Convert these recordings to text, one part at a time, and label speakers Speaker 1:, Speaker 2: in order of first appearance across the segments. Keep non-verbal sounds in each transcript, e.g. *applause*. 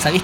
Speaker 1: sabéis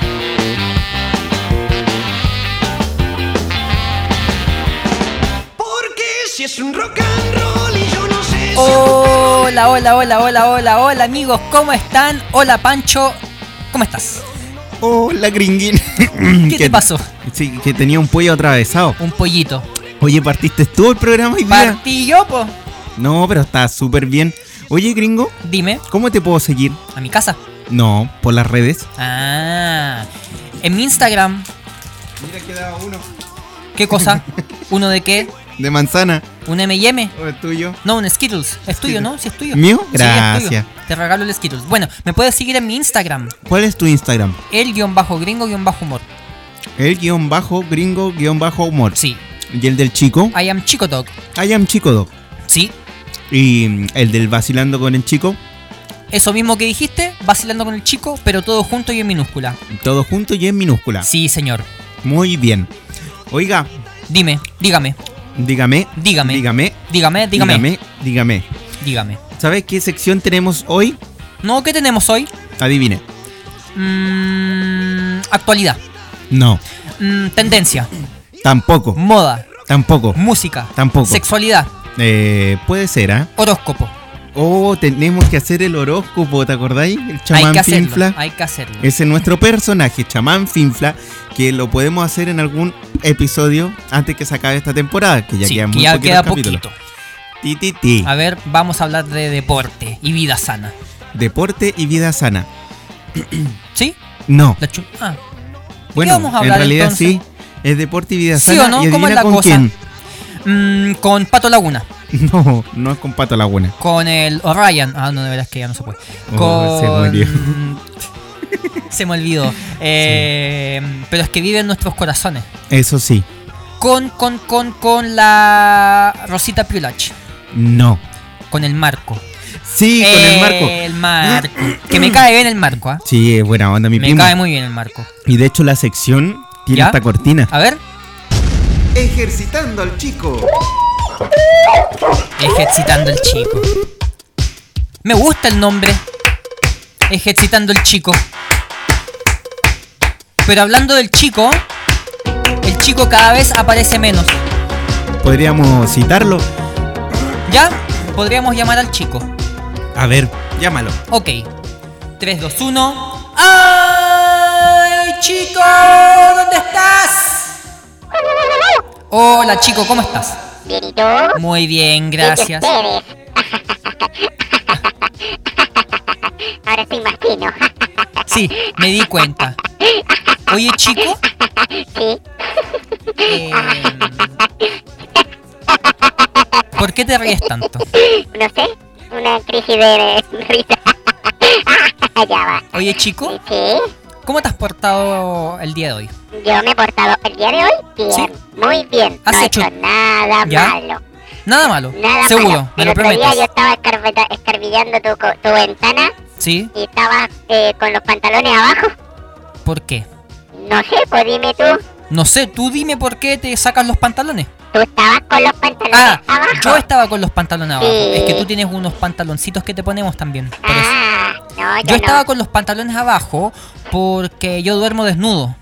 Speaker 2: chico.
Speaker 3: Porque si es un rock and roll y yo no sé si
Speaker 1: Hola, hola, hola, hola, hola, hola, amigos. ¿Cómo están? Hola, Pancho. ¿Cómo estás?
Speaker 4: Hola, Gringuín.
Speaker 1: ¿Qué te pasó?
Speaker 4: Sí, que tenía un pollo atravesado.
Speaker 1: Un pollito.
Speaker 4: Oye, ¿partiste tú el programa hoy día?
Speaker 1: Partí yo, po.
Speaker 4: No, pero está súper bien. Oye, gringo,
Speaker 1: Dime,
Speaker 4: ¿cómo te puedo seguir?
Speaker 1: a mi casa.
Speaker 4: No, por las redes.
Speaker 1: Ah, en mi Instagram.
Speaker 4: Mira, quedaba uno.
Speaker 1: ¿Qué
Speaker 4: *laughs*
Speaker 1: cosa? ¿Uno de qué?
Speaker 4: De manzana.
Speaker 1: ¿Un MM?
Speaker 4: ¿O el tuyo?
Speaker 1: No, un Skittles. Es tuyo, ¿no? Sí, es tuyo.
Speaker 4: ¿Mío?
Speaker 1: Sí, es tuyo.
Speaker 4: Gracias.
Speaker 1: Te regalo el Skittles. Bueno, me puedes seguir en mi Instagram.
Speaker 4: ¿Cuál es tu Instagram?
Speaker 1: El guión bajo gringo guión bajo humor.
Speaker 4: El guión bajo gringo guión bajo humor.
Speaker 1: Sí.
Speaker 4: ¿Y el del chico?
Speaker 1: I am Chico Dog.
Speaker 4: I am Chico Dog.
Speaker 1: Sí.
Speaker 4: ¿Y mm, el del vacilando con el chico?
Speaker 1: Eso mismo que dijiste, vacilando con el chico, pero todo junto y en minúscula.
Speaker 4: Todo junto y en minúscula.
Speaker 1: Sí, señor.
Speaker 4: Muy bien. Oiga,
Speaker 1: Dime, dígame,
Speaker 4: dígame.
Speaker 1: Dígame.
Speaker 4: Dígame.
Speaker 1: dígame, dígame, dígame.
Speaker 4: Dígame. dígame. ¿Sabes qué sección tenemos hoy?
Speaker 1: No, ¿qué tenemos hoy?
Speaker 4: Adivine.
Speaker 1: Mm, actualidad,
Speaker 4: No.
Speaker 1: Mm, tendencia,
Speaker 4: Tampoco.
Speaker 1: moda,
Speaker 4: Tampoco.
Speaker 1: música,
Speaker 4: Tampoco.
Speaker 1: sexualidad,
Speaker 4: Eh, puede ser, ¿ah?
Speaker 1: horóscopo.
Speaker 4: Oh, tenemos que hacer el horóscopo, ¿te acordáis? El
Speaker 1: Hay
Speaker 4: chamán
Speaker 1: que hacerlo,
Speaker 4: Finfla.
Speaker 1: hay que hacerlo.
Speaker 4: Ese es nuestro personaje, chamán Finfla, que lo podemos hacer en algún episodio antes que se acabe esta temporada, que ya
Speaker 1: Sí,
Speaker 4: queda
Speaker 1: que
Speaker 4: muy
Speaker 1: ya
Speaker 4: poquito
Speaker 1: queda
Speaker 4: el capítulo.
Speaker 1: poquito.
Speaker 4: Ti, ti, ti.
Speaker 1: A ver, vamos a hablar de deporte y vida sana.
Speaker 4: Deporte y vida sana.
Speaker 1: ¿Sí?
Speaker 4: No.
Speaker 1: La chu- ah,
Speaker 4: Bueno,
Speaker 1: vamos a hablar,
Speaker 4: en realidad
Speaker 1: entonces?
Speaker 4: sí. Es deporte y vida
Speaker 1: ¿Sí
Speaker 4: sana.
Speaker 1: o no?
Speaker 4: ¿Y
Speaker 1: ¿Cómo
Speaker 4: adivina
Speaker 1: es la
Speaker 4: con
Speaker 1: cosa?
Speaker 4: quién?
Speaker 1: mm, con Pato Laguna,
Speaker 4: *laughs* No, no es con Pato Laguna.
Speaker 1: con el O'Ryan. Ah, no, de verdad es que ya no se puede. Con...
Speaker 4: Oh, se murió.
Speaker 1: *laughs*
Speaker 4: *laughs*
Speaker 1: Se me olvidó. Eh, Pero es que vive en nuestros corazones.
Speaker 4: Eso sí.
Speaker 1: Con, con, con, con la Rosita Piulach.
Speaker 4: No.
Speaker 1: Con el marco.
Speaker 4: Sí, con
Speaker 1: Eh,
Speaker 4: el marco.
Speaker 1: El
Speaker 4: *clears throat*
Speaker 1: marco. que me cae bien el marco, ¿ah?
Speaker 4: Sí, es buena onda, mi
Speaker 1: Me
Speaker 4: primo.
Speaker 1: cae muy bien el marco.
Speaker 4: Y de hecho la sección tiene
Speaker 1: ¿Ya? Ah.
Speaker 4: esta cortina.
Speaker 1: A ver,
Speaker 5: Ejercitando al chico.
Speaker 1: ejercitando el chico. Me gusta el nombre. Ejercitando el chico. Pero hablando del chico, el chico cada vez aparece menos.
Speaker 4: Podríamos citarlo.
Speaker 1: ¿Ya? Podríamos llamar al chico.
Speaker 4: A ver, llámalo.
Speaker 1: Ok. 3, 2, 1. ¡Ay, chico! ¿Dónde estás? Hola, chico, ¿cómo estás?
Speaker 2: Bien, ¿y tú? ¿Y
Speaker 1: Muy bien, gracias.
Speaker 2: ustedes? *laughs* Ahora estoy más chino.
Speaker 1: Sí, me di cuenta. Oye, chico. eh, ¿Por qué te ríes tanto?
Speaker 2: *laughs* No sé, una crisis de de risa. *laughs* ya va.
Speaker 1: Oye, chico,
Speaker 2: Sí,
Speaker 1: ¿cómo te has portado el día de hoy?
Speaker 2: yo me he portado el día de hoy bien,
Speaker 1: Sí.
Speaker 2: muy bien.
Speaker 1: Has
Speaker 2: no
Speaker 1: hecho-
Speaker 2: he hecho nada
Speaker 1: ¿Ya?
Speaker 2: malo.
Speaker 1: Nada malo,
Speaker 2: Nada
Speaker 1: seguro,
Speaker 2: malo.
Speaker 1: me
Speaker 2: El
Speaker 1: lo
Speaker 2: otro día yo
Speaker 1: prometes.
Speaker 2: estaba escarbeta- escarbillando tu, co- tu ventana
Speaker 1: ¿Sí?
Speaker 2: y estabas eh, con los pantalones abajo.
Speaker 1: ¿Por qué?
Speaker 2: No sé, pues dime tú.
Speaker 1: No sé, tú dime por qué te sacas los pantalones.
Speaker 2: Tú estabas con los pantalones
Speaker 1: Ah,
Speaker 2: abajo.
Speaker 1: yo estaba con los pantalones abajo.
Speaker 2: Sí.
Speaker 1: Es que tú tienes unos pantaloncitos que te ponemos también. por eso.
Speaker 2: Ah, no, yo,
Speaker 1: Yo estaba
Speaker 2: no.
Speaker 1: con los pantalones abajo porque yo duermo desnudo.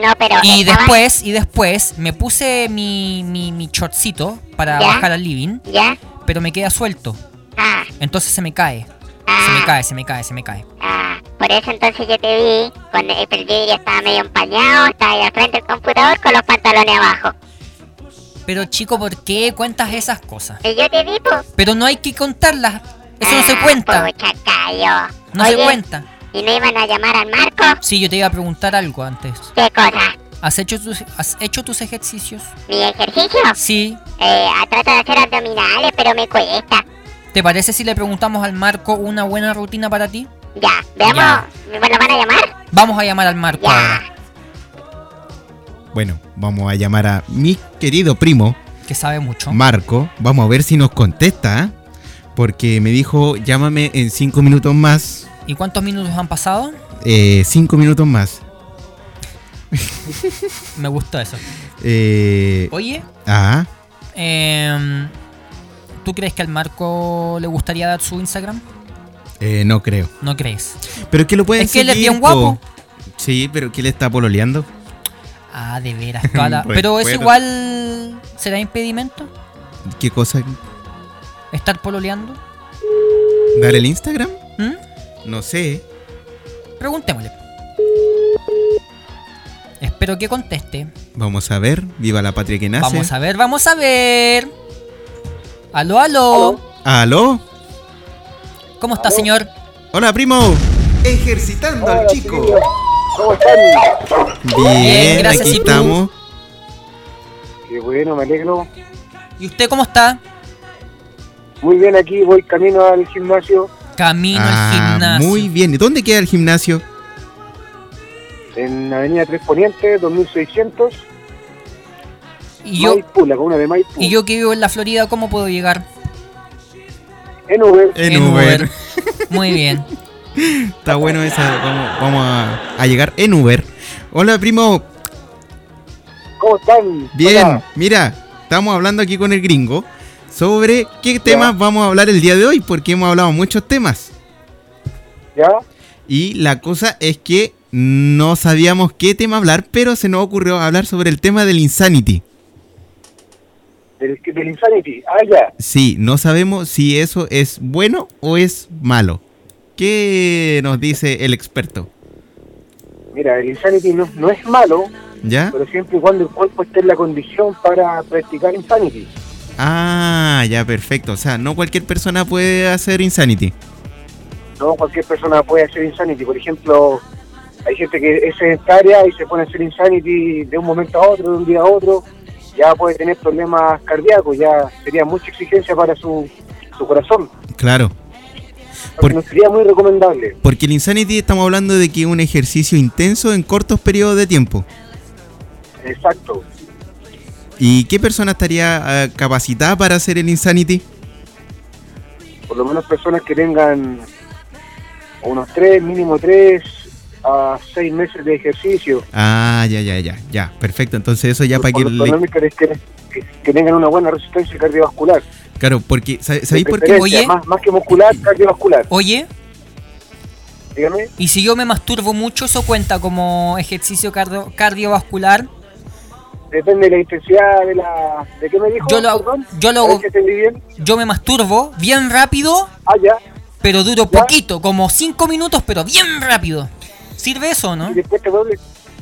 Speaker 2: No, pero
Speaker 1: Y
Speaker 2: estaba-
Speaker 1: después, y después me puse mi, mi, mi shortcito para
Speaker 2: ¿Ya?
Speaker 1: bajar al living,
Speaker 2: ¿Ya?
Speaker 1: pero me queda suelto.
Speaker 2: Ah,
Speaker 1: Entonces se me cae. Se me cae, se me cae, se me cae.
Speaker 2: ah. Por eso entonces yo te vi, cuando, eh, pero yo ya estaba medio empañado, estaba ahí al frente del computador con los pantalones abajo.
Speaker 1: Pero chico, ¿por qué cuentas esas cosas?
Speaker 2: Y yo te vi, pues. Ah,
Speaker 1: Pero no hay que contarlas. Eso no se cuenta.
Speaker 2: Pucha, cayó.
Speaker 1: No se
Speaker 2: Oye,
Speaker 1: cuenta.
Speaker 2: ¿Y no iban a llamar al Marco?
Speaker 1: Sí, yo te iba a preguntar algo antes.
Speaker 2: ¿Qué cosa?
Speaker 1: ¿Has hecho tus, has hecho tus ejercicios?
Speaker 2: ¿Mi ejercicio?
Speaker 1: Sí.
Speaker 2: Eh, ah, trato de hacer abdominales, pero me cuesta.
Speaker 1: ¿Te parece si le preguntamos al Marco una buena rutina para ti?
Speaker 2: Ya, veamos.
Speaker 1: Ya.
Speaker 2: ¿Me lo van a llamar?
Speaker 1: Vamos a llamar al Marco
Speaker 2: Ya.
Speaker 1: ahora,
Speaker 4: Bueno, vamos a llamar a mi querido primo,
Speaker 1: que sabe mucho.
Speaker 4: Marco. Vamos a ver si nos contesta, ¿ah? porque me dijo, llámame en cinco minutos más.
Speaker 1: ¿Y cuántos minutos han pasado?
Speaker 4: Eh, cinco minutos más.
Speaker 1: Me gusta eso.
Speaker 4: Eh,
Speaker 1: Oye,
Speaker 4: ah,
Speaker 1: em, ¿tú crees que al Marco le gustaría dar su Instagram?
Speaker 4: eh, no creo.
Speaker 1: ¿No crees?
Speaker 4: Pero es que lo pueden
Speaker 1: Es que él es
Speaker 4: seguir,
Speaker 1: bien
Speaker 4: po.
Speaker 1: guapo.
Speaker 4: Sí, pero que le está pololeando.
Speaker 1: Ah, de veras, toda la-
Speaker 4: *laughs* Bueno,
Speaker 1: Pero es
Speaker 4: bueno.
Speaker 1: igual. ¿Será impedimento?
Speaker 4: ¿Qué cosa?
Speaker 1: ¿Estar pololeando?
Speaker 4: ¿Dar el Instagram?
Speaker 1: ¿Mm?
Speaker 4: No sé.
Speaker 1: Preguntémosle. Espero que conteste.
Speaker 4: Vamos a ver. Viva la patria que nace.
Speaker 1: Vamos a ver, vamos a ver. Aló, aló.
Speaker 4: ¿Aló?
Speaker 1: ¿Cómo está, señor?
Speaker 4: Hola, primo.
Speaker 5: Ejercitando al chico.
Speaker 6: ¿Cómo están?
Speaker 4: Bien,
Speaker 1: gracias,
Speaker 4: aquí
Speaker 1: ¿y tú?
Speaker 4: estamos.
Speaker 6: Qué bueno, me alegro.
Speaker 1: ¿Y usted cómo está?
Speaker 6: Muy bien, aquí voy camino al gimnasio
Speaker 1: Camino al
Speaker 4: Ah,
Speaker 1: gimnasio.
Speaker 4: muy bien. ¿Y dónde queda el gimnasio?
Speaker 6: en Avenida 3 Poniente, 2600,
Speaker 1: ¿Y yo,
Speaker 6: Maipú, la comuna de Maipú.
Speaker 1: y yo que vivo en la Florida, ¿cómo puedo llegar?
Speaker 6: En Uber,
Speaker 1: Uber. Muy bien.
Speaker 4: *laughs* Está bueno esa. Vamos, vamos a, a llegar en Uber. Hola, primo.
Speaker 6: ¿cómo están?
Speaker 4: Bien.
Speaker 6: Hola.
Speaker 4: Mira, estamos hablando aquí con el gringo sobre qué temas vamos a hablar el día de hoy, porque hemos hablado muchos temas.
Speaker 6: ¿Ya?
Speaker 4: Y la cosa es que no sabíamos qué tema hablar, pero se nos ocurrió hablar sobre el tema del Insanity.
Speaker 6: Del, del Insanity. Ah, ya.
Speaker 4: Sí, no sabemos si eso es bueno o es malo. ¿Qué nos dice el experto?
Speaker 6: Mira, el Insanity no, no es malo,
Speaker 4: ¿Ya?
Speaker 6: pero siempre y cuando el cuerpo esté en la condición para practicar Insanity.
Speaker 4: Ah, ya, perfecto. O sea, no cualquier persona puede hacer Insanity.
Speaker 6: No cualquier persona puede hacer Insanity. Por ejemplo, hay gente que es sedentaria y se pone a hacer Insanity de un momento a otro, de un día a otro. Ya puede tener problemas cardíacos, ya sería mucha exigencia para su, su corazón.
Speaker 4: Claro. Por-
Speaker 6: No sería muy recomendable.
Speaker 4: Porque el Insanity estamos hablando de que es un ejercicio intenso en cortos periodos de tiempo.
Speaker 6: Exacto.
Speaker 4: ¿Y qué persona estaría eh, capacitada para hacer el Insanity?
Speaker 6: Por lo menos personas que tengan unos tres, mínimo tres a seis meses de ejercicio.
Speaker 4: Ah, ya, ya, ya, ya. Perfecto. Entonces eso ya
Speaker 6: Por-
Speaker 4: para que...
Speaker 6: por lo
Speaker 4: le-
Speaker 6: económico es que, que- que tengan una buena resistencia cardiovascular.
Speaker 4: Claro, porque... ¿sabe-
Speaker 6: De
Speaker 4: ¿Sabéis por qué?
Speaker 6: preferencia,
Speaker 1: Oye.
Speaker 6: Más, más que muscular, cardiovascular.
Speaker 1: Oye,
Speaker 6: Dígame.
Speaker 1: ¿y si yo me masturbo mucho, eso cuenta como ejercicio cardio- cardiovascular?
Speaker 6: Depende de la intensidad de la... ¿De qué me dijo?
Speaker 1: Yo lo hago-
Speaker 6: Perdón.
Speaker 1: yo lo
Speaker 6: A ver
Speaker 1: hago-
Speaker 6: si entendí bien.
Speaker 1: Yo me masturbo bien rápido,
Speaker 6: Ah, ya.
Speaker 1: pero duro
Speaker 6: ¿Ya?
Speaker 1: poquito, como 5 minutos, pero bien rápido. ¿Sirve eso o no?
Speaker 6: Y después te vuelve...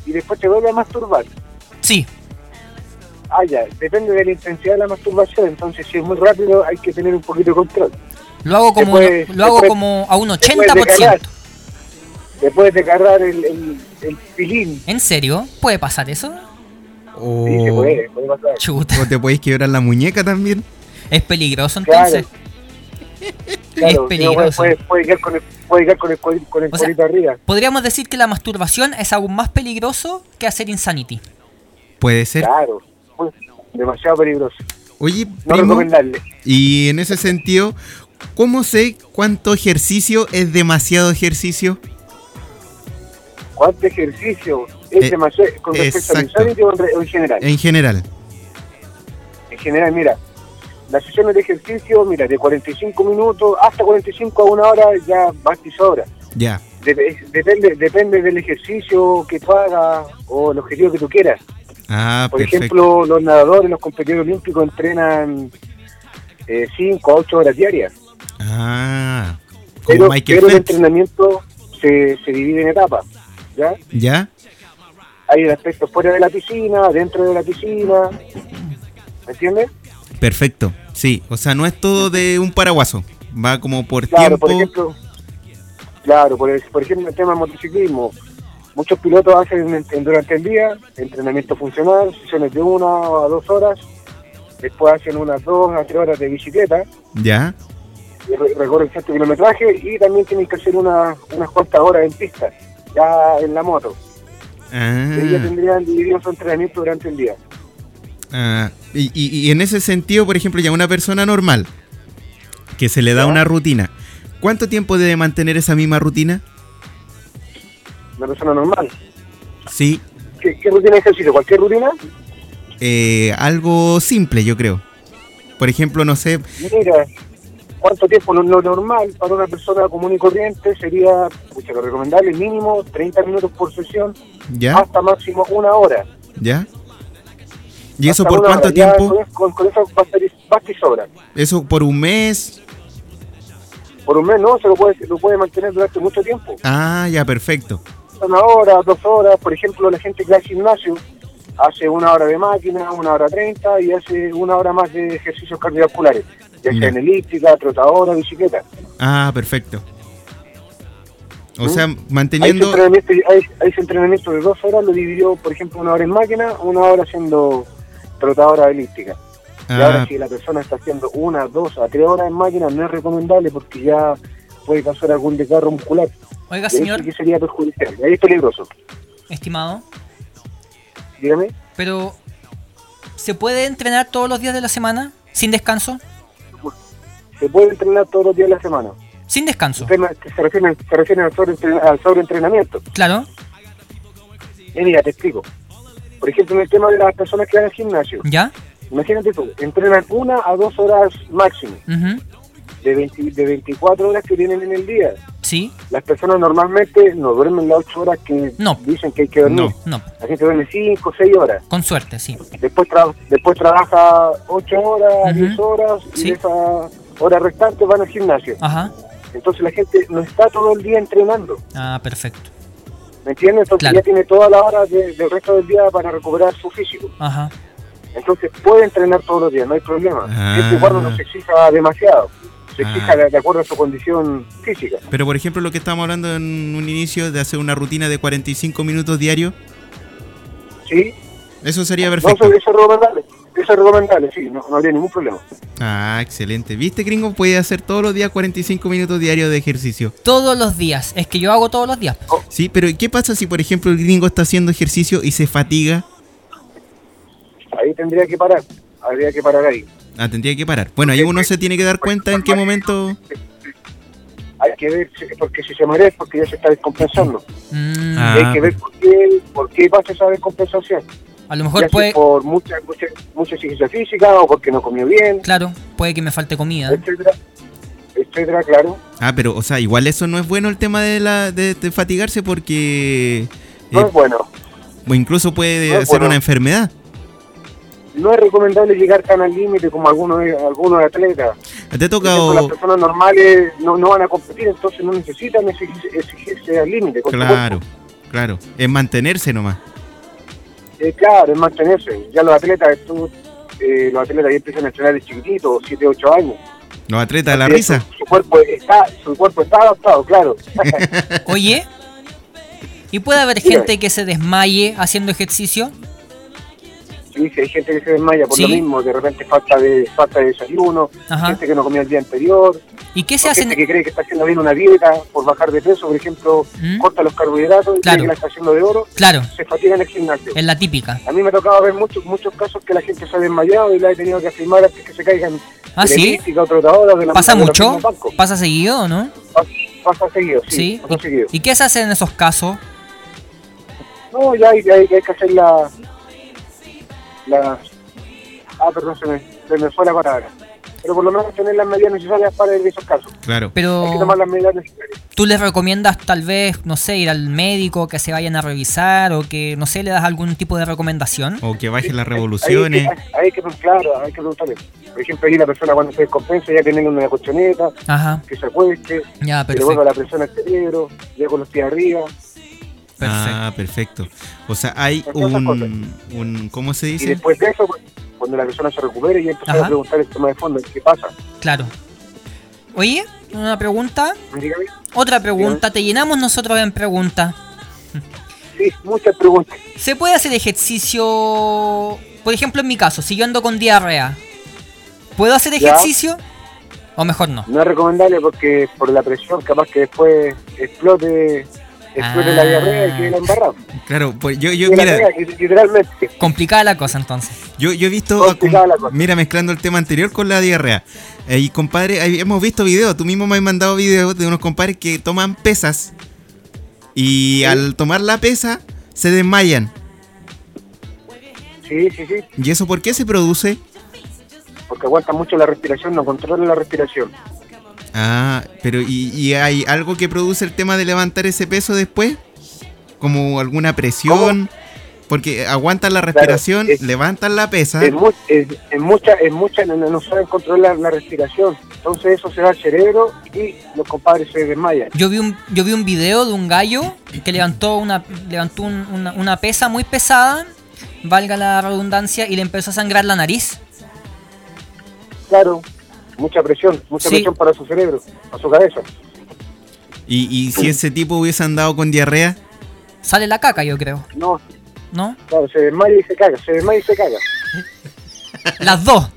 Speaker 6: Y después te vuelve a masturbar.
Speaker 1: Sí.
Speaker 6: Ah, ya. Depende de la intensidad de la masturbación. Entonces, si es muy rápido, hay que tener un poquito de control.
Speaker 1: Lo hago como,
Speaker 6: Después-
Speaker 1: lo hago
Speaker 6: después-
Speaker 1: como a un
Speaker 6: después de
Speaker 1: 80%.
Speaker 6: cagar. Después de cargar el, el, el pilín.
Speaker 1: ¿En serio? ¿Puede pasar eso?
Speaker 4: O,
Speaker 6: Sí,
Speaker 1: Oh.
Speaker 6: se puede, puede pasar.
Speaker 1: Chuta.
Speaker 4: Oh,
Speaker 6: *laughs*
Speaker 4: o te podéis quebrar la muñeca también.
Speaker 1: Es peligroso
Speaker 6: Claro.
Speaker 1: entonces.
Speaker 6: Claro,
Speaker 1: es
Speaker 6: si no,
Speaker 1: peligroso.
Speaker 6: Puede, puede, puede quedar con el, puede quedar con el, col- con el
Speaker 1: O sea-
Speaker 6: colito arriba.
Speaker 1: Podríamos decir que la masturbación es aún más peligroso que hacer insanity.
Speaker 4: Puede ser.
Speaker 6: Claro. Pues, demasiado peligroso.
Speaker 4: Oye, primo,
Speaker 6: No recomendable.
Speaker 4: y en ese sentido, ¿cómo sé cuánto ejercicio es demasiado ejercicio?
Speaker 6: ¿Cuánto ejercicio? Es
Speaker 4: Eh,
Speaker 6: demasiado, con respecto al
Speaker 4: exacto. Eh.
Speaker 6: insólito o en re- o en general.
Speaker 4: En general.
Speaker 6: En general, mira, las sesiones de ejercicio, mira, de 45 minutos hasta 45 a una hora ya basta y sobra.
Speaker 4: Ya.
Speaker 6: Dep- es- depende, depende del ejercicio que tú hagas o el objetivo que tú quieras.
Speaker 4: Ah,
Speaker 6: Por
Speaker 4: perfecto.
Speaker 6: ejemplo, los nadadores, los competidores olímpicos entrenan 5 a 8 horas diarias.
Speaker 4: ah, como
Speaker 6: Pero,
Speaker 4: Michael
Speaker 6: pero el
Speaker 4: Ah, Phelps.
Speaker 6: entrenamiento, se, se divide en etapas. ¿ya?
Speaker 4: ¿Ya?
Speaker 6: Hay el aspecto fuera de la piscina, dentro de la piscina. ¿Me entiendes?
Speaker 4: Perfecto. Sí, o sea, no es todo de un paraguaso. Va como por
Speaker 6: Claro,
Speaker 4: tiempo.
Speaker 6: por ejemplo, claro, por, el- por ejemplo, el tema del motociclismo. Muchos pilotos hacen en- en- durante el día entrenamiento funcional, sesiones de una a dos horas. Después hacen unas dos a tres horas de bicicleta,
Speaker 4: ¿Ya?
Speaker 6: y re- recorren cierto kilometraje y también tienen que hacer una- unas cuantas horas en pista, ya en la moto.
Speaker 4: Ah,
Speaker 6: Ellos tendrían dividido su entrenamiento durante el día.
Speaker 4: ah. Y, y- y en ese sentido, por ejemplo, ya una persona normal que se le da
Speaker 6: ¿Ya?
Speaker 4: una rutina, ¿cuánto tiempo debe mantener esa misma rutina?
Speaker 6: Una persona normal.
Speaker 4: Sí,
Speaker 6: ¿Qué, qué rutina de ejercicio? ¿Cualquier rutina?
Speaker 4: eh, algo simple, yo creo. Por ejemplo, no sé,
Speaker 6: Mira, ¿cuánto tiempo? Lo, lo normal para una persona común y corriente sería, pucha, lo recomendable, mínimo 30 minutos por sesión,
Speaker 4: ¿ya?
Speaker 6: hasta máximo una hora.
Speaker 4: ¿Ya? ¿Y eso
Speaker 6: Hasta
Speaker 4: por
Speaker 6: una pues.
Speaker 4: cuánto
Speaker 6: hora. Ya
Speaker 4: tiempo?
Speaker 6: Con, con- con eso basta y- basta y sobra.
Speaker 4: ¿Eso por un mes?
Speaker 6: Por un mes no, se lo puede, lo puede mantener durante mucho tiempo.
Speaker 4: Ah, ya, perfecto.
Speaker 6: Una hora, dos horas, por ejemplo, la gente que va al gimnasio hace una hora de máquina, una hora treinta y hace una hora más de ejercicios cardiovasculares, ya sea
Speaker 4: Ya.
Speaker 6: en elíptica, trotadora, bicicleta.
Speaker 4: Ah, perfecto. O
Speaker 6: ¿Mm?
Speaker 4: sea,
Speaker 6: Ahí su,
Speaker 4: manteniendo...
Speaker 6: entrenamiento, ahí, ahí su entrenamiento de dos horas lo dividió, por ejemplo, una hora en máquina, una hora haciendo trotadora elíptica. Y ahora
Speaker 4: Ah,
Speaker 6: si la persona está haciendo una, dos a tres horas en máquina, no es recomendable porque ya puede causar algún desgarro muscular.
Speaker 1: Oiga,
Speaker 6: Y ahí
Speaker 1: señor,
Speaker 6: sí que sería perjudicial, y ahí es peligroso.
Speaker 1: estimado,
Speaker 6: Dígame.
Speaker 1: pero ¿se puede entrenar todos los días de la semana? ¿Sin descanso?
Speaker 6: Se puede entrenar todos los días de la semana.
Speaker 1: Sin descanso,
Speaker 6: El tema que se refiere, se refiere al, sobreentren- al sobreentrenamiento.
Speaker 1: claro.
Speaker 6: Eh, mira, te explico. Por ejemplo, en el tema de las personas que van al gimnasio.
Speaker 1: ¿Ya?
Speaker 6: Imagínate tú, entrenan una a dos horas máximo.
Speaker 1: Ujú,
Speaker 6: de, 20 de 24 horas que tienen en el día.
Speaker 1: Sí,
Speaker 6: Las personas normalmente no duermen las 8 horas que
Speaker 1: No.
Speaker 6: dicen que hay que dormir.
Speaker 4: No.
Speaker 1: no,
Speaker 6: La gente duerme 5, 6 horas.
Speaker 1: con suerte, sí.
Speaker 6: Después, tra- después trabaja 8 horas,
Speaker 1: Ujú.
Speaker 6: 10 horas y
Speaker 1: Sí. Ah.
Speaker 6: de esas horas restantes van al gimnasio.
Speaker 1: Ajá.
Speaker 6: Entonces la gente no está todo el día entrenando.
Speaker 1: Ah, perfecto.
Speaker 6: ¿Me entiendes? Entonces
Speaker 1: Claro.
Speaker 6: ya tiene toda la hora de- del resto del día para recuperar su físico.
Speaker 1: Ajá.
Speaker 6: Entonces puede entrenar todos los días, no hay problema.
Speaker 4: Ah.
Speaker 6: Siempre y cuando no se exija demasiado. Se
Speaker 4: Ah.
Speaker 6: exija de- de acuerdo a su condición física.
Speaker 4: Pero por ejemplo lo que estábamos hablando en un inicio de hacer una rutina de 45 minutos diario,
Speaker 6: ¿Sí?
Speaker 4: eso sería
Speaker 6: No, pues.
Speaker 4: perfecto.
Speaker 6: eso, eso es recomendable. Eso es recomendable, sí, no, no habría ningún problema.
Speaker 4: Ah, excelente. ¿Viste, gringo? Puede hacer todos los días 45 minutos diarios de ejercicio.
Speaker 1: Todos los días. Es que yo hago todos los días.
Speaker 4: Sí, pero ¿qué pasa si por ejemplo el gringo está haciendo ejercicio y se fatiga?
Speaker 6: Ahí tendría que parar, habría que parar ahí.
Speaker 4: Ah, tendría que parar. Bueno, ahí uno se tiene que dar cuenta en qué momento...
Speaker 6: Hay que ver, si- porque si se marea es porque ya se está descompensando.
Speaker 1: Mm,
Speaker 7: Ah.
Speaker 6: Hay que ver por qué, por qué pasa esa descompensación.
Speaker 1: a lo
Speaker 6: Ya
Speaker 1: mejor
Speaker 6: sea
Speaker 1: puede.
Speaker 6: por mucha, mucha, mucha exigencia física o porque no comió bien,
Speaker 1: Claro, puede que me falte
Speaker 6: *laughs*
Speaker 1: comida.
Speaker 6: etcétera, etcétera, claro.
Speaker 4: Ah, pero o sea, igual eso no es bueno el tema de, la, de, de fatigarse porque...
Speaker 6: No
Speaker 4: eh,
Speaker 6: es bueno.
Speaker 4: o incluso puede
Speaker 6: no es
Speaker 4: ser
Speaker 6: bueno.
Speaker 4: una enfermedad.
Speaker 6: No es recomendable llegar tan al límite como algunos, algunos atletas.
Speaker 4: ¿Te ha
Speaker 6: Por ejemplo, Las
Speaker 4: tocado...?
Speaker 6: personas normales no, no van a competir, entonces no necesitan exigirse, exigirse al límite. con su cuerpo.
Speaker 4: Claro, claro. Es mantenerse nomás.
Speaker 6: Eh, claro, es mantenerse. Ya los atletas, tú, eh, los atletas ya empiezan a entrenar de chiquititos, 7, 8 años.
Speaker 4: Los atletas de la
Speaker 6: Así es,
Speaker 4: risa.
Speaker 6: Su, su cuerpo está, su cuerpo está adaptado, claro.
Speaker 1: Oye, ¿y puede haber
Speaker 6: Dígame.
Speaker 1: gente que se desmaye haciendo ejercicio?
Speaker 6: Sí, sí, hay gente que se desmaya por
Speaker 1: Sí.
Speaker 6: lo mismo, de repente falta de falta de desayuno,
Speaker 1: Ajá.
Speaker 6: gente que no comía el día anterior,
Speaker 1: ¿Y qué se
Speaker 6: o gente
Speaker 1: hacen?
Speaker 6: que cree que está haciendo bien una dieta por bajar de peso, por ejemplo,
Speaker 1: ¿Mm?
Speaker 6: corta los carbohidratos y
Speaker 1: Claro.
Speaker 6: cree que la está haciendo de oro,
Speaker 1: Claro,
Speaker 6: se fatiga en el gimnasio.
Speaker 1: es la típica.
Speaker 6: A mí me ha tocado ver muchos muchos casos que la gente se ha desmayado y la he tenido que afirmar antes que se caigan
Speaker 1: Ah,
Speaker 6: de la
Speaker 1: sí.
Speaker 6: elíptica o trotadoras de la
Speaker 1: ¿Pasa
Speaker 6: de los
Speaker 1: mucho?
Speaker 6: mismos bancos.
Speaker 1: ¿Pasa seguido o no?
Speaker 6: Pasa- Pasa seguido, sí.
Speaker 1: Sí.
Speaker 6: Pasa seguido.
Speaker 1: ¿Y qué se hace en esos casos?
Speaker 6: No, ya hay, ya hay, hay que hacer la, la... Ah, perdón, se me, se me fue la palabra. pero por lo menos tener las medidas necesarias para esos casos.
Speaker 4: Claro.
Speaker 6: Hay que tomar
Speaker 1: Pero
Speaker 6: las medidas necesarias.
Speaker 1: tú les recomiendas tal vez, no sé, ir al médico, que se vayan a revisar o que, no sé, le das algún tipo de recomendación.
Speaker 7: O que bajen las
Speaker 6: Ahí hay, que,
Speaker 7: revoluciones.
Speaker 6: ahí hay que, claro, hay que preguntarle. Por ejemplo, ahí la persona cuando se descompensa ya tiene una colchoneta,
Speaker 1: Ajá,
Speaker 6: que se acueste,
Speaker 1: ya,
Speaker 6: que le
Speaker 1: perfecto.
Speaker 6: vuelva la presión al cerebro, ya con los pies arriba.
Speaker 4: Ah, perfecto. O sea, hay
Speaker 6: Son cosas,
Speaker 4: un, un. ¿Cómo se
Speaker 6: Y
Speaker 4: dice?
Speaker 6: después de eso, pues, cuando la persona se recupere, ya empezar
Speaker 1: Ajá.
Speaker 6: a preguntar el tema de fondo, ¿qué pasa?
Speaker 1: Claro. Oye, una pregunta.
Speaker 6: Dígame.
Speaker 1: Otra pregunta. Te llenamos nosotros en preguntas.
Speaker 6: Sí, muchas preguntas.
Speaker 1: ¿Se puede hacer ejercicio? Por ejemplo, en mi caso, si yo ando con diarrea, ¿puedo hacer
Speaker 6: Ya.
Speaker 1: ejercicio? O mejor no.
Speaker 6: No es recomendable porque por la presión, capaz que después explote, explote la
Speaker 1: Ah.
Speaker 6: diarrea y quede la embarrada.
Speaker 7: Claro, pues yo, yo,
Speaker 6: Quede la
Speaker 7: mira,
Speaker 6: cagada, literalmente.
Speaker 1: Complicada la cosa entonces.
Speaker 4: Yo, yo he visto.
Speaker 6: Complicada la cosa.
Speaker 4: Mira, mezclando el tema anterior con la diarrea. Eh, y compadre, ahí hemos visto videos. Tú mismo me has mandado videos de unos compadres que toman pesas. Y al tomar la pesa, se desmayan.
Speaker 6: Sí, sí, sí.
Speaker 4: ¿Y eso por qué se produce?
Speaker 6: Porque aguanta mucho la respiración, no controla la respiración.
Speaker 4: Ah, pero ¿y, y hay algo que produce el tema de levantar ese peso después? ¿Como alguna presión? Porque aguantan la respiración,
Speaker 6: es-
Speaker 4: levantan la
Speaker 1: Ah.
Speaker 4: pesa.
Speaker 6: En, mu- en, en muchas, en muchas no, no saben controlar la respiración. Entonces eso se va al cerebro y los compadres se desmayan.
Speaker 1: Yo vi un, yo vi un video de un gallo que levantó una, levantó un- una, una pesa muy pesada, valga la redundancia, y le empezó a sangrar la nariz.
Speaker 6: Claro, mucha presión, mucha
Speaker 1: Sí.
Speaker 6: presión para su cerebro, para su cabeza.
Speaker 4: Y, y si ese tipo hubiese andado con diarrea,
Speaker 1: Sale la caca, yo creo,
Speaker 6: No,
Speaker 1: ¿no?
Speaker 6: claro, se desmaya y se caga, se desmaya y se caga.
Speaker 1: Las dos.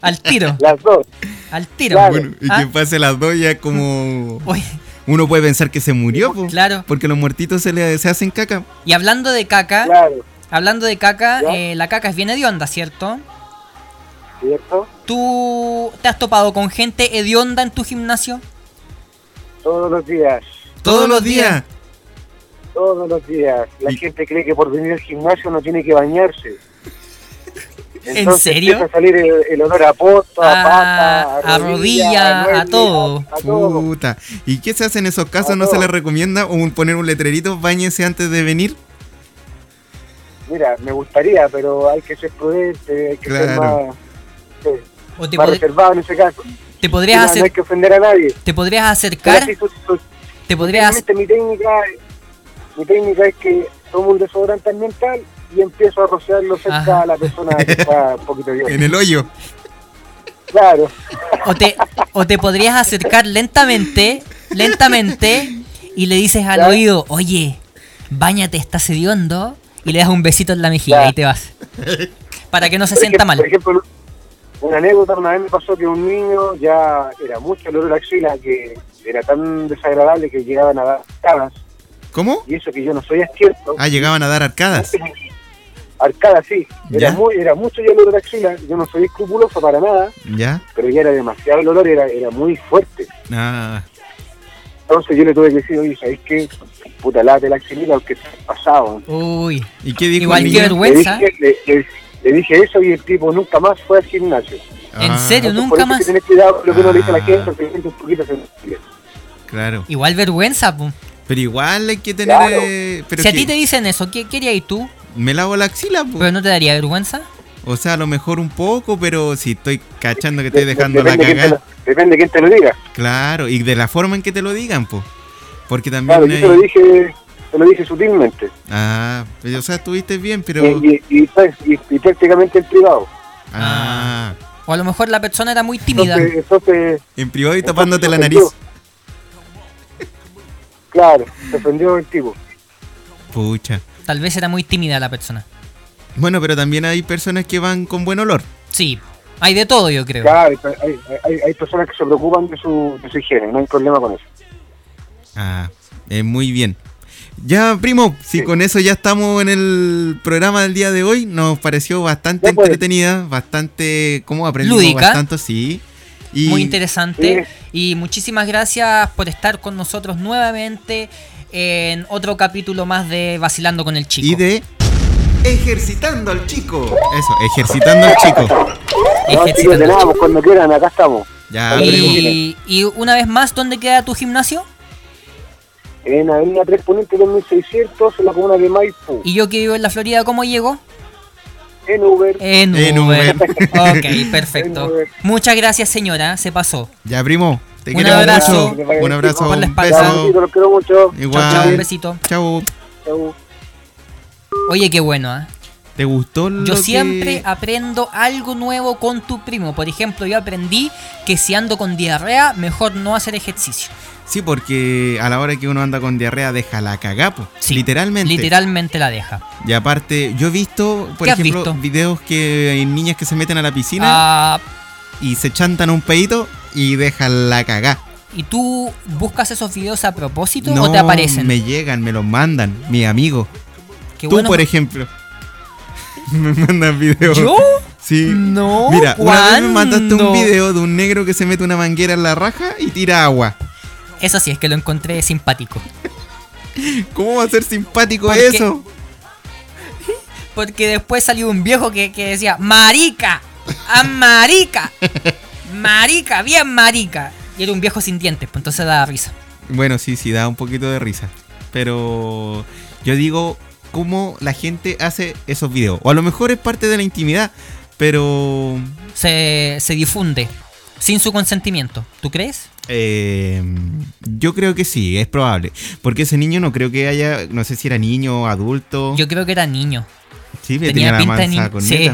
Speaker 1: Al tiro,
Speaker 6: Las dos.
Speaker 1: al tiro.
Speaker 6: Claro.
Speaker 4: bueno, y
Speaker 1: Ah.
Speaker 4: que pase las dos ya como...
Speaker 1: Oye,
Speaker 4: Uno puede pensar que se murió, po,
Speaker 1: claro.
Speaker 4: porque los muertitos se, le, se hacen caca.
Speaker 1: Y hablando de caca,
Speaker 6: Claro,
Speaker 1: hablando de caca,
Speaker 6: Ya.
Speaker 1: eh, la caca es bien hedionda, ¿cierto?
Speaker 6: ¿cierto?
Speaker 1: ¿Tú te has topado con gente hedionda en tu gimnasio?
Speaker 6: Todos los días,
Speaker 4: Todos los días.
Speaker 6: todos los días. La
Speaker 4: Y-
Speaker 6: gente cree que por venir al gimnasio no tiene que bañarse.
Speaker 1: ¿En
Speaker 6: Entonces
Speaker 1: serio?
Speaker 6: Empieza a salir el, el olor a poto, a
Speaker 1: Ah,
Speaker 6: pata,
Speaker 1: a rodilla, a
Speaker 6: mueble,
Speaker 1: todo. Uh.
Speaker 6: a- a todo.
Speaker 4: Puta. ¿Y qué se hace en esos casos?
Speaker 6: A
Speaker 4: ¿No se
Speaker 6: todo.
Speaker 4: les recomienda un- poner un letrerito, bañese antes de venir?
Speaker 6: Mira, me gustaría, pero hay que ser prudente, hay que ser
Speaker 4: Claro.
Speaker 6: más, sí,
Speaker 1: ¿O te,
Speaker 6: más
Speaker 1: pod-
Speaker 6: reservado en ese caso.
Speaker 1: te
Speaker 6: No,
Speaker 1: podrías
Speaker 6: no hay
Speaker 1: acer-
Speaker 6: que ofender a nadie.
Speaker 1: te podrías
Speaker 6: Pero
Speaker 1: acercar?
Speaker 6: así tú- tú-
Speaker 1: ¿Te podrías
Speaker 6: Realmente mi técnica, mi técnica es que tomo un desodorante ambiental y empiezo a rociarlo cerca
Speaker 1: Ajá.
Speaker 6: a la persona
Speaker 1: *laughs*
Speaker 6: que está un poquito bien.
Speaker 4: En el hoyo.
Speaker 6: Claro,
Speaker 1: o te o te podrías acercar lentamente, lentamente y le dices al
Speaker 6: Ya.
Speaker 1: oído, "Oye, bañate, estás hediondo" y le das un besito en la mejilla
Speaker 6: Ya.
Speaker 1: y te vas. Para que no se
Speaker 6: por
Speaker 1: sienta
Speaker 6: ejemplo,
Speaker 1: mal.
Speaker 6: Por ejemplo, una anécdota una vez me pasó que un niño ya era mucho el olor a axila que era tan desagradable que llegaban a dar arcadas.
Speaker 4: ¿Cómo?
Speaker 6: Y eso que yo no soy asquieto.
Speaker 4: Ah, llegaban a dar arcadas.
Speaker 6: Arcadas sí, era,
Speaker 4: Ya.
Speaker 6: muy, era mucho ya el olor a axila. Yo no soy escrupuloso para nada,
Speaker 4: ¿Ya?
Speaker 6: pero ya era demasiado el olor, era, era muy fuerte.
Speaker 4: Ah,
Speaker 6: Entonces yo le tuve que decir, oye, ¿sabéis qué? Puta, lávate la axilita porque te has pasado.
Speaker 1: Uy,
Speaker 4: ¿Y qué dijo
Speaker 1: igual
Speaker 4: el
Speaker 1: qué
Speaker 4: niño?
Speaker 6: Le
Speaker 1: vergüenza.
Speaker 6: dije, le, le- le dije eso y el tipo nunca más fue al gimnasio.
Speaker 1: ¿En
Speaker 4: Ah,
Speaker 1: serio? Yo
Speaker 6: Entonces,
Speaker 1: nunca
Speaker 6: por eso hay
Speaker 1: más.
Speaker 6: que tener cuidado con lo que uno le dice a la gente,
Speaker 4: Ah.
Speaker 6: porque la gente es un poquito sensible.
Speaker 4: Claro.
Speaker 1: Igual vergüenza, po.
Speaker 4: Pero igual hay que tener...
Speaker 6: Claro.
Speaker 4: eh, pero
Speaker 1: si a
Speaker 4: que
Speaker 1: ti te dicen eso, ¿qué querías ir tú?
Speaker 4: Me lavo la axila, po.
Speaker 1: ¿Pero no te daría vergüenza?
Speaker 4: O sea, a lo mejor un poco, pero si estoy cachando que estoy
Speaker 6: De- de-
Speaker 4: dejando la
Speaker 6: depende quién te
Speaker 4: cagada.
Speaker 6: lo- Depende quién te lo diga.
Speaker 4: Claro, y de la forma en que te lo digan, po. Porque también...
Speaker 6: Claro, yo te
Speaker 4: hay-
Speaker 6: lo dije, te lo dije sutilmente.
Speaker 4: Ah, pero, o sea, estuviste bien, pero...
Speaker 6: Y, y- y- y- y prácticamente en privado.
Speaker 4: Ah,
Speaker 1: O a lo mejor la persona era muy tímida.
Speaker 6: Entonces, entonces
Speaker 4: en privado y
Speaker 6: Entonces,
Speaker 4: tapándote la
Speaker 6: se
Speaker 4: nariz.
Speaker 6: claro, se ofendió el tipo.
Speaker 4: Pucha.
Speaker 1: Tal vez era muy tímida la persona.
Speaker 4: Bueno, pero también hay personas que van con buen olor.
Speaker 1: Sí, hay de todo, yo creo.
Speaker 6: Claro, hay, hay- hay personas que se preocupan de su, de su higiene, no hay problema con eso.
Speaker 4: Ah, eh, muy bien. Ya, primo, si
Speaker 6: Sí.
Speaker 4: con eso ya estamos en el programa del día de hoy, nos pareció bastante
Speaker 6: Ya, pues.
Speaker 4: entretenida, bastante, ¿cómo aprendimos
Speaker 1: Lúdica.
Speaker 4: bastante? Sí. Y
Speaker 1: Muy interesante. Y muchísimas gracias por estar con nosotros nuevamente en otro capítulo más de Vacilando con el Chico.
Speaker 4: Y de
Speaker 5: Ejercitando al chico.
Speaker 4: eso, ejercitando al chico.
Speaker 6: Así que de nada, pues, cuando quieran, acá estamos.
Speaker 4: Ya,
Speaker 6: Oye,
Speaker 4: primo.
Speaker 1: Y, y una vez más, ¿dónde queda tu gimnasio?
Speaker 6: En Avenida 3 Poniente 2600, en la comuna de Maipú.
Speaker 1: Y yo que vivo en la Florida, ¿cómo llego?
Speaker 6: En Uber.
Speaker 1: En,
Speaker 4: En
Speaker 1: Uber.
Speaker 4: Uber.
Speaker 1: Ok, perfecto.
Speaker 6: En Uber.
Speaker 1: Muchas gracias, señora. Se pasó.
Speaker 4: Ya, primo. Te
Speaker 1: Un
Speaker 4: queremos
Speaker 1: abrazo.
Speaker 4: mucho. Un abrazo.
Speaker 1: Por la
Speaker 4: Un
Speaker 1: espalda.
Speaker 6: Ya,
Speaker 4: beso.
Speaker 6: chicos, los quiero mucho.
Speaker 1: Chao, chao, un
Speaker 4: Igual.
Speaker 1: besito.
Speaker 4: Chao.
Speaker 6: Chau.
Speaker 1: Oye, qué bueno, ¿ah?
Speaker 7: ¿Te gustó lo
Speaker 1: Yo
Speaker 7: que-
Speaker 1: siempre aprendo algo nuevo con tu primo. Por ejemplo, yo aprendí que si ando con diarrea, mejor no hacer ejercicio.
Speaker 4: Sí, porque a la hora que uno anda con diarrea deja la cagapo.
Speaker 1: Sí,
Speaker 4: literalmente.
Speaker 1: Literalmente la deja.
Speaker 4: Y aparte, yo he visto, por
Speaker 1: ¿Qué has
Speaker 4: ejemplo,
Speaker 1: visto?
Speaker 4: videos que hay niñas que se meten a la piscina
Speaker 1: Ah,
Speaker 4: y se chantan un pedito y dejan la cagá.
Speaker 1: ¿Y tú buscas esos videos a propósito
Speaker 4: No
Speaker 1: o te aparecen?
Speaker 4: me llegan, me los mandan, mi amigo.
Speaker 1: Qué
Speaker 4: Tú,
Speaker 1: bueno.
Speaker 4: por ejemplo. *laughs* me mandan videos.
Speaker 1: ¿Yo?
Speaker 4: Sí.
Speaker 1: No.
Speaker 4: Mira, una vez me mandaste
Speaker 1: ¿cuándo?
Speaker 4: un video de un negro que se mete una manguera en la raja y tira agua. *laughs*
Speaker 1: Eso sí, es que lo encontré simpático.
Speaker 4: ¿Cómo va a ser simpático
Speaker 1: Porque-
Speaker 4: eso?
Speaker 1: Porque después salió un viejo que, que decía, marica, a marica, marica, bien marica. Y era un viejo sin dientes, pues entonces da risa.
Speaker 4: Bueno, sí, sí, da un poquito de risa. Pero yo digo, ¿cómo la gente hace esos videos? O a lo mejor es parte de la intimidad, pero...
Speaker 1: Se, se difunde sin su consentimiento. ¿Tú crees?
Speaker 4: eh, yo creo que sí, es probable. Porque ese niño no creo que haya, no sé si era niño o adulto.
Speaker 1: Yo creo que era niño.
Speaker 4: sí, que
Speaker 1: Tenía,
Speaker 4: tenía, la
Speaker 1: pinta de
Speaker 4: mansa
Speaker 1: niño.
Speaker 4: con
Speaker 1: Sí.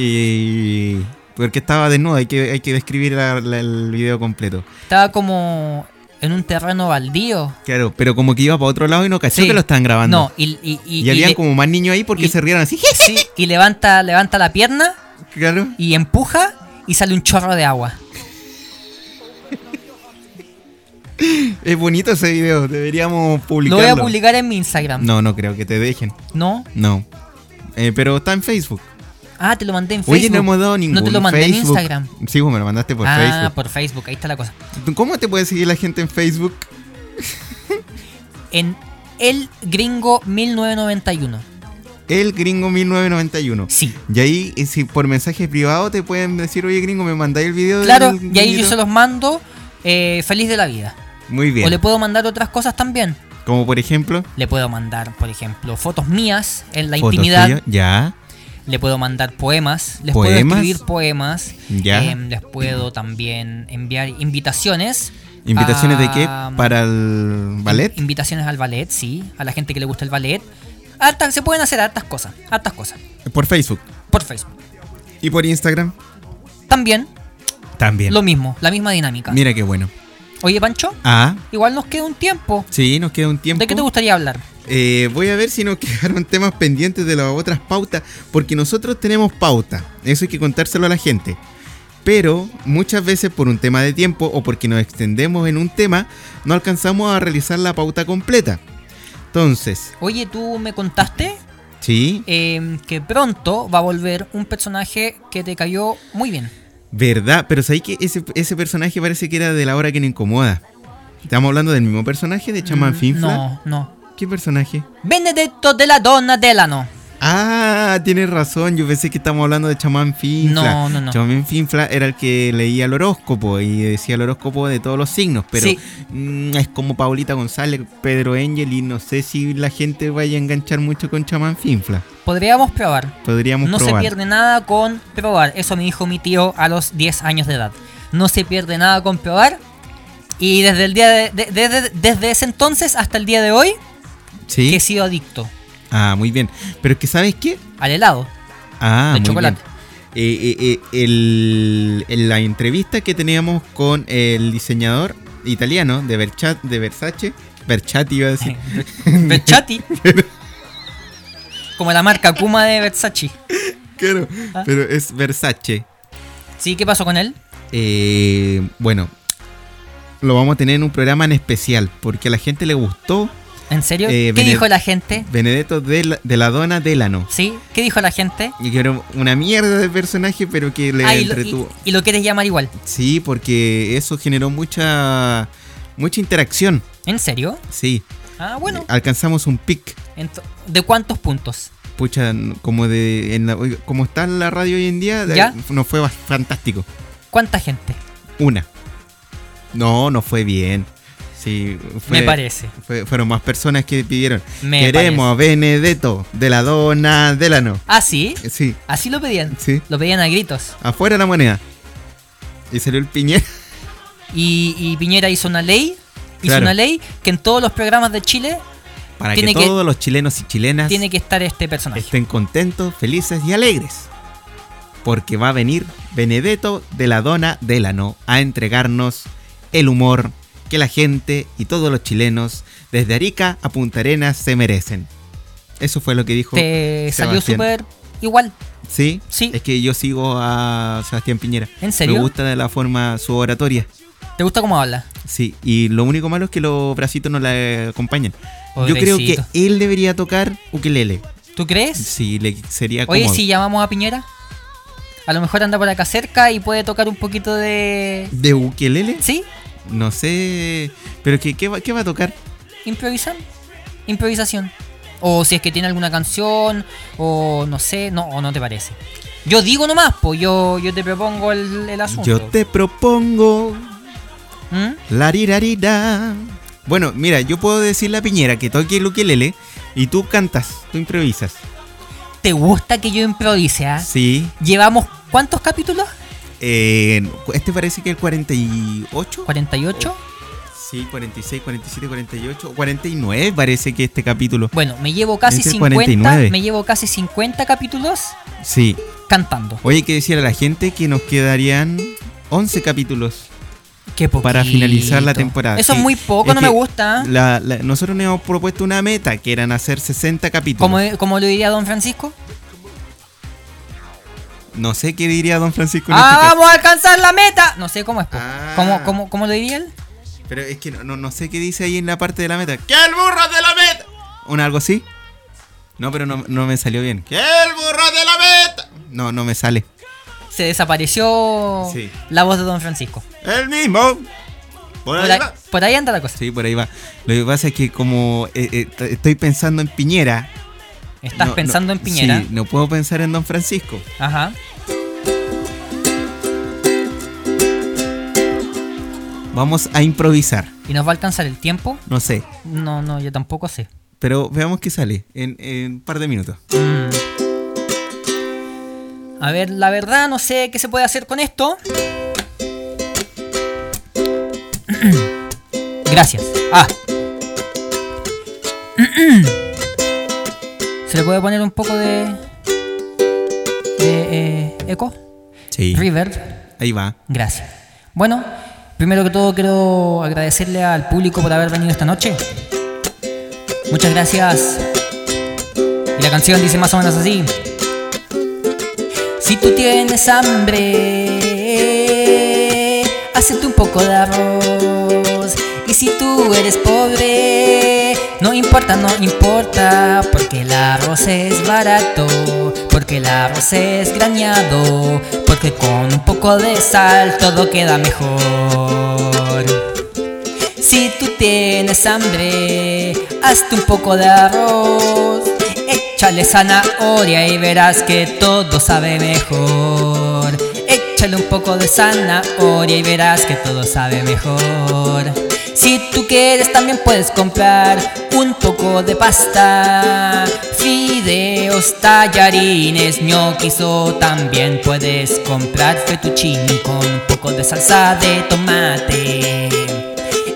Speaker 4: Y... Porque estaba desnudo, hay que, hay que describir la- la- el video completo.
Speaker 1: Estaba como en un terreno baldío.
Speaker 4: Claro, pero como que iba para otro lado y no cachó
Speaker 1: Sí.
Speaker 4: que lo estaban grabando.
Speaker 1: No, y, y, y,
Speaker 4: y,
Speaker 1: y
Speaker 4: habían
Speaker 1: le-
Speaker 4: como más niños ahí porque
Speaker 1: y-
Speaker 4: se rieron así.
Speaker 1: sí, y levanta, levanta la pierna
Speaker 4: Claro.
Speaker 1: y empuja y sale un chorro de agua.
Speaker 4: Es bonito ese video, deberíamos
Speaker 1: Lo
Speaker 4: publicarlo.
Speaker 1: voy a publicar en mi Instagram.
Speaker 4: No, no creo que te dejen.
Speaker 1: ¿No?
Speaker 4: No. Eh, pero está en Facebook.
Speaker 1: Ah, te lo mandé en Facebook.
Speaker 4: Oye, no hemos dado ningún
Speaker 1: No te lo mandé en
Speaker 4: Facebook.
Speaker 1: Instagram.
Speaker 4: Sí, vos me lo mandaste por
Speaker 1: ah,
Speaker 4: Facebook.
Speaker 1: por Facebook, ahí está la cosa.
Speaker 4: ¿Tú- ¿Cómo te puede seguir la gente en Facebook?
Speaker 1: En El Gringo 1991.
Speaker 4: El Gringo 1991.
Speaker 1: Sí.
Speaker 4: Y ahí, eh, si por mensaje privado te pueden decir, oye Gringo, me mandáis el video.
Speaker 1: Claro,
Speaker 4: del
Speaker 1: y ahí yo
Speaker 4: niñito"?
Speaker 1: se los mando eh, feliz de la vida.
Speaker 4: Muy
Speaker 1: O le
Speaker 4: bien.
Speaker 1: puedo mandar otras cosas también.
Speaker 4: Como por ejemplo.
Speaker 1: Le puedo mandar, por ejemplo, fotos mías en la
Speaker 4: fotos
Speaker 1: intimidad.
Speaker 4: tuyas. Ya.
Speaker 1: Le puedo mandar poemas. Les puedo
Speaker 4: ¿Poemas?
Speaker 1: escribir poemas.
Speaker 4: Ya.
Speaker 1: Em, les puedo también enviar invitaciones.
Speaker 4: ¿Invitaciones de qué?
Speaker 1: a-
Speaker 4: ¿Para el ballet?
Speaker 1: Invitaciones al ballet, sí. A la gente que le gusta el ballet. Hartas- se pueden hacer hartas cosas. Hartas cosas.
Speaker 4: Por Facebook.
Speaker 1: Por Facebook.
Speaker 4: ¿Y por Instagram?
Speaker 1: También
Speaker 4: También.
Speaker 1: lo mismo, la misma dinámica.
Speaker 4: Mira qué bueno.
Speaker 1: Oye, Pancho,
Speaker 4: Ah,
Speaker 1: igual nos queda un tiempo.
Speaker 4: sí, nos queda un tiempo.
Speaker 1: ¿De qué te gustaría hablar?
Speaker 4: Eh, voy a ver si nos *laughs* quedaron temas pendientes de las otras pautas, porque nosotros tenemos pauta, eso hay que contárselo a la gente. Pero muchas veces por un tema de tiempo o porque nos extendemos en un tema, no alcanzamos a realizar la pauta completa. Entonces,
Speaker 1: Oye, tú me contaste
Speaker 4: sí,
Speaker 1: em, que pronto va a volver un personaje que te cayó muy bien.
Speaker 4: verdad, pero sabéis que ese, ese personaje parece que era de la hora que no incomoda. Estamos hablando del mismo personaje de Chaman
Speaker 1: Mm,
Speaker 4: Finfla.
Speaker 1: No, no.
Speaker 4: ¿Qué personaje?
Speaker 1: Benedetto de la Donna Delano.
Speaker 4: Ah, tienes razón. Yo pensé que estamos hablando de Chamán Finfla.
Speaker 1: No, no, no.
Speaker 4: Chamán Finfla era el que leía el horóscopo y decía el horóscopo de todos los signos, pero
Speaker 1: Sí.
Speaker 4: mm, es como Paulita González, Pedro Engel y no sé si la gente vaya a enganchar mucho con Chamán Finfla.
Speaker 1: Podríamos probar.
Speaker 4: Podríamos
Speaker 1: No se
Speaker 4: probar.
Speaker 1: pierde nada con probar. Eso me dijo mi tío a los 10 años de edad. No se pierde nada con probar. Y desde el día de- de- desde- desde ese entonces hasta el día de hoy,
Speaker 4: Sí.
Speaker 1: que he sido adicto
Speaker 4: Ah, muy bien. Pero es que sabes qué?
Speaker 1: al
Speaker 4: *laughs*
Speaker 1: helado.
Speaker 4: Ah,
Speaker 1: De
Speaker 4: muy
Speaker 1: chocolate.
Speaker 4: bien. Eh, eh, eh, el- en la entrevista que teníamos con el diseñador italiano de, Vercha- de Versace, Verchati iba a decir.
Speaker 1: Verchati. Como la marca Kuma de Versace.
Speaker 4: Claro,
Speaker 1: Ah.
Speaker 4: pero es Versace.
Speaker 1: ¿Sí? ¿Qué pasó con él?
Speaker 4: Eh, bueno, lo vamos a tener en un programa en especial porque a la gente le gustó
Speaker 1: ¿En serio?
Speaker 4: Eh,
Speaker 1: ¿Qué
Speaker 4: Bened-
Speaker 1: dijo la gente?
Speaker 4: Benedetto de la, de la Dona Delano.
Speaker 1: ¿Sí? ¿Qué dijo la gente?
Speaker 4: Y que era una mierda de personaje, pero que le
Speaker 1: Ah, y, lo,
Speaker 4: entretuvo.
Speaker 1: y- y lo quieres llamar igual.
Speaker 4: Sí, porque eso generó mucha mucha interacción.
Speaker 1: ¿En serio?
Speaker 4: Sí,
Speaker 1: Ah, bueno.
Speaker 4: alcanzamos un pic.
Speaker 1: Ento- ¿De cuántos puntos?
Speaker 4: pucha, como de en la- oiga, como está la radio hoy en día, de-
Speaker 1: ¿Ya?
Speaker 4: nos fue bas- fantástico.
Speaker 1: ¿Cuánta gente?
Speaker 4: Una. No, no fue bien. Sí, fue-
Speaker 1: Me parece.
Speaker 4: fue- fueron más personas que pidieron.
Speaker 1: Me
Speaker 4: Queremos a Benedetto, de la dona, de la no.
Speaker 1: ¿Ah, sí?
Speaker 4: Sí,
Speaker 1: Así lo pedían.
Speaker 4: sí.
Speaker 1: Lo pedían a gritos.
Speaker 4: Afuera la moneda. Y salió el piñera.
Speaker 1: Y, y Piñera hizo una ley. Hizo
Speaker 4: Claro.
Speaker 1: una ley que en todos los programas de Chile
Speaker 4: *laughs* Para
Speaker 1: Tiene
Speaker 4: que,
Speaker 1: que-
Speaker 4: todos los chilenos y chilenas
Speaker 1: tiene que estar este personaje.
Speaker 4: estén contentos, felices y alegres. Porque va a venir Benedetto de la Dona Delano a entregarnos el humor que la gente y todos los chilenos desde Arica a Punta Arenas se merecen. Eso fue lo que dijo.
Speaker 1: Te salió
Speaker 4: Sebastián.
Speaker 1: súper igual.
Speaker 4: ¿Sí?
Speaker 1: Sí.
Speaker 4: Es que yo sigo a Sebastián Piñera.
Speaker 1: ¿En serio?
Speaker 4: Me gusta de la forma su oratoria.
Speaker 1: ¿Te gusta cómo habla?
Speaker 4: Sí, y lo único malo es que los bracitos no la acompañan.
Speaker 1: Oh,
Speaker 4: Yo creo
Speaker 1: Pobrecito.
Speaker 4: que él debería tocar ukelele.
Speaker 1: ¿Tú crees?
Speaker 4: Sí, le sería
Speaker 1: Oye,
Speaker 4: cómodo.
Speaker 1: si llamamos a Piñera, a lo mejor anda por acá cerca y puede tocar un poquito de.
Speaker 4: ¿De ukelele?
Speaker 1: ¿Sí?
Speaker 4: No sé. ¿Pero qué, qué, va, qué va a tocar?
Speaker 1: Improvisar. Improvisación. O si es que tiene alguna canción, o no sé, no, o no te parece. Yo digo nomás, pues yo, yo te propongo el, el asunto.
Speaker 4: Yo te propongo.
Speaker 1: ¿Mm?
Speaker 4: Laririrarira. Bueno, mira, yo puedo decirle a Piñera que toque el ukelele y tú cantas, tú improvisas.
Speaker 1: ¿Te gusta que yo improvise? ah?
Speaker 4: Sí.
Speaker 1: Llevamos cuántos capítulos?
Speaker 4: eh, este parece que el 48.
Speaker 1: 48.
Speaker 4: Sí, 46, 47, 48, 49 parece que este capítulo.
Speaker 1: Bueno, me llevo casi
Speaker 4: Este es
Speaker 1: 50,
Speaker 4: 49.
Speaker 1: me llevo casi 50 capítulos
Speaker 4: Sí.
Speaker 1: cantando.
Speaker 4: Oye, hay que decir a la gente que nos quedarían 11 capítulos
Speaker 1: Qué
Speaker 4: para
Speaker 1: poquito.
Speaker 4: finalizar la temporada.
Speaker 1: Eso es
Speaker 4: Sí,
Speaker 1: muy poco,
Speaker 4: es
Speaker 1: no me
Speaker 4: que
Speaker 1: gusta. ah.
Speaker 4: la- la- nosotros nos hemos propuesto una meta que eran hacer 60 capítulos.
Speaker 1: Como, como lo diría Don Francisco.
Speaker 4: No sé qué diría don Francisco. en
Speaker 1: ¡Ah,
Speaker 4: este caso.
Speaker 1: vamos a alcanzar la meta! No sé cómo es. po.
Speaker 4: Ah.
Speaker 1: ¿Cómo, cómo, ¿Cómo lo diría él?
Speaker 4: Pero es que no, no- no sé qué dice ahí en la parte de la meta. ¡Que el burro de la meta! ¿Un algo así? No, pero no, no me salió bien. ¡Que el burro de la meta! No, no me sale.
Speaker 1: Se desapareció
Speaker 4: Sí.
Speaker 1: la voz de Don Francisco.
Speaker 4: El mismo. Por
Speaker 1: Por
Speaker 4: ahí
Speaker 1: ahí,
Speaker 4: va.
Speaker 1: por ahí anda la cosa.
Speaker 4: Sí, por ahí va. Lo que pasa es que como eh, eh, t- estoy pensando en Piñera.
Speaker 1: Estás
Speaker 4: no-
Speaker 1: pensando en
Speaker 4: no-
Speaker 1: Piñera.
Speaker 4: Sí, no puedo pensar en Don Francisco.
Speaker 1: Ajá.
Speaker 4: Vamos a improvisar.
Speaker 1: ¿Y nos va a alcanzar el tiempo?
Speaker 4: No sé.
Speaker 1: No, no, yo tampoco sé.
Speaker 4: Pero veamos qué sale en, en un par de minutos.
Speaker 1: Mm. A ver, la verdad no sé qué se puede hacer con esto. *clears throat* Gracias. Ah. *clears throat* ¿Se le puede poner un poco de... de eh, eco?
Speaker 4: Sí.
Speaker 1: Reverb.
Speaker 4: Ahí va.
Speaker 1: Gracias. Bueno, primero que todo quiero agradecerle al público por haber venido esta noche. Muchas gracias. Y la canción dice más o menos así. Si tú tienes hambre, hazte un poco de arroz. Y si tú eres pobre, no importa, no importa, porque el arroz es barato, porque el arroz es grañado, porque con un poco de sal todo queda mejor. Si tú tienes hambre, hazte un poco de arroz, échale zanahoria y verás que todo sabe mejor. Échale un poco de zanahoria y verás que todo sabe mejor. Si tú quieres también puedes comprar un poco de pasta, fideos, tallarines, ñoquis o también puedes comprar fettuccini con un poco de salsa de tomate.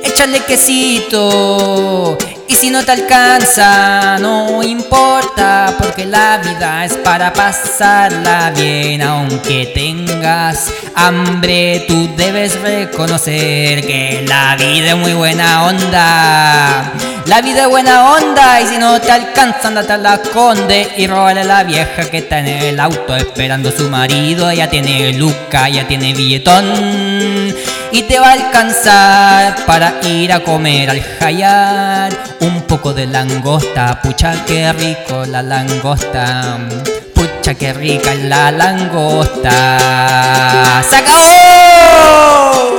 Speaker 1: Échale quesito. Y si no te alcanza, no importa, porque la vida es para pasarla bien. Aunque tengas hambre, tú debes reconocer que la vida es muy buena onda. La vida es buena onda, y si no te alcanza, andate a la conde y róbale a la vieja que está en el auto esperando a su marido. Ella tiene luca, ya tiene billetón y te va a alcanzar para ir a comer al jayar un poco de langosta, pucha que rico la langosta, pucha que rica la langosta. ¡Se acabó!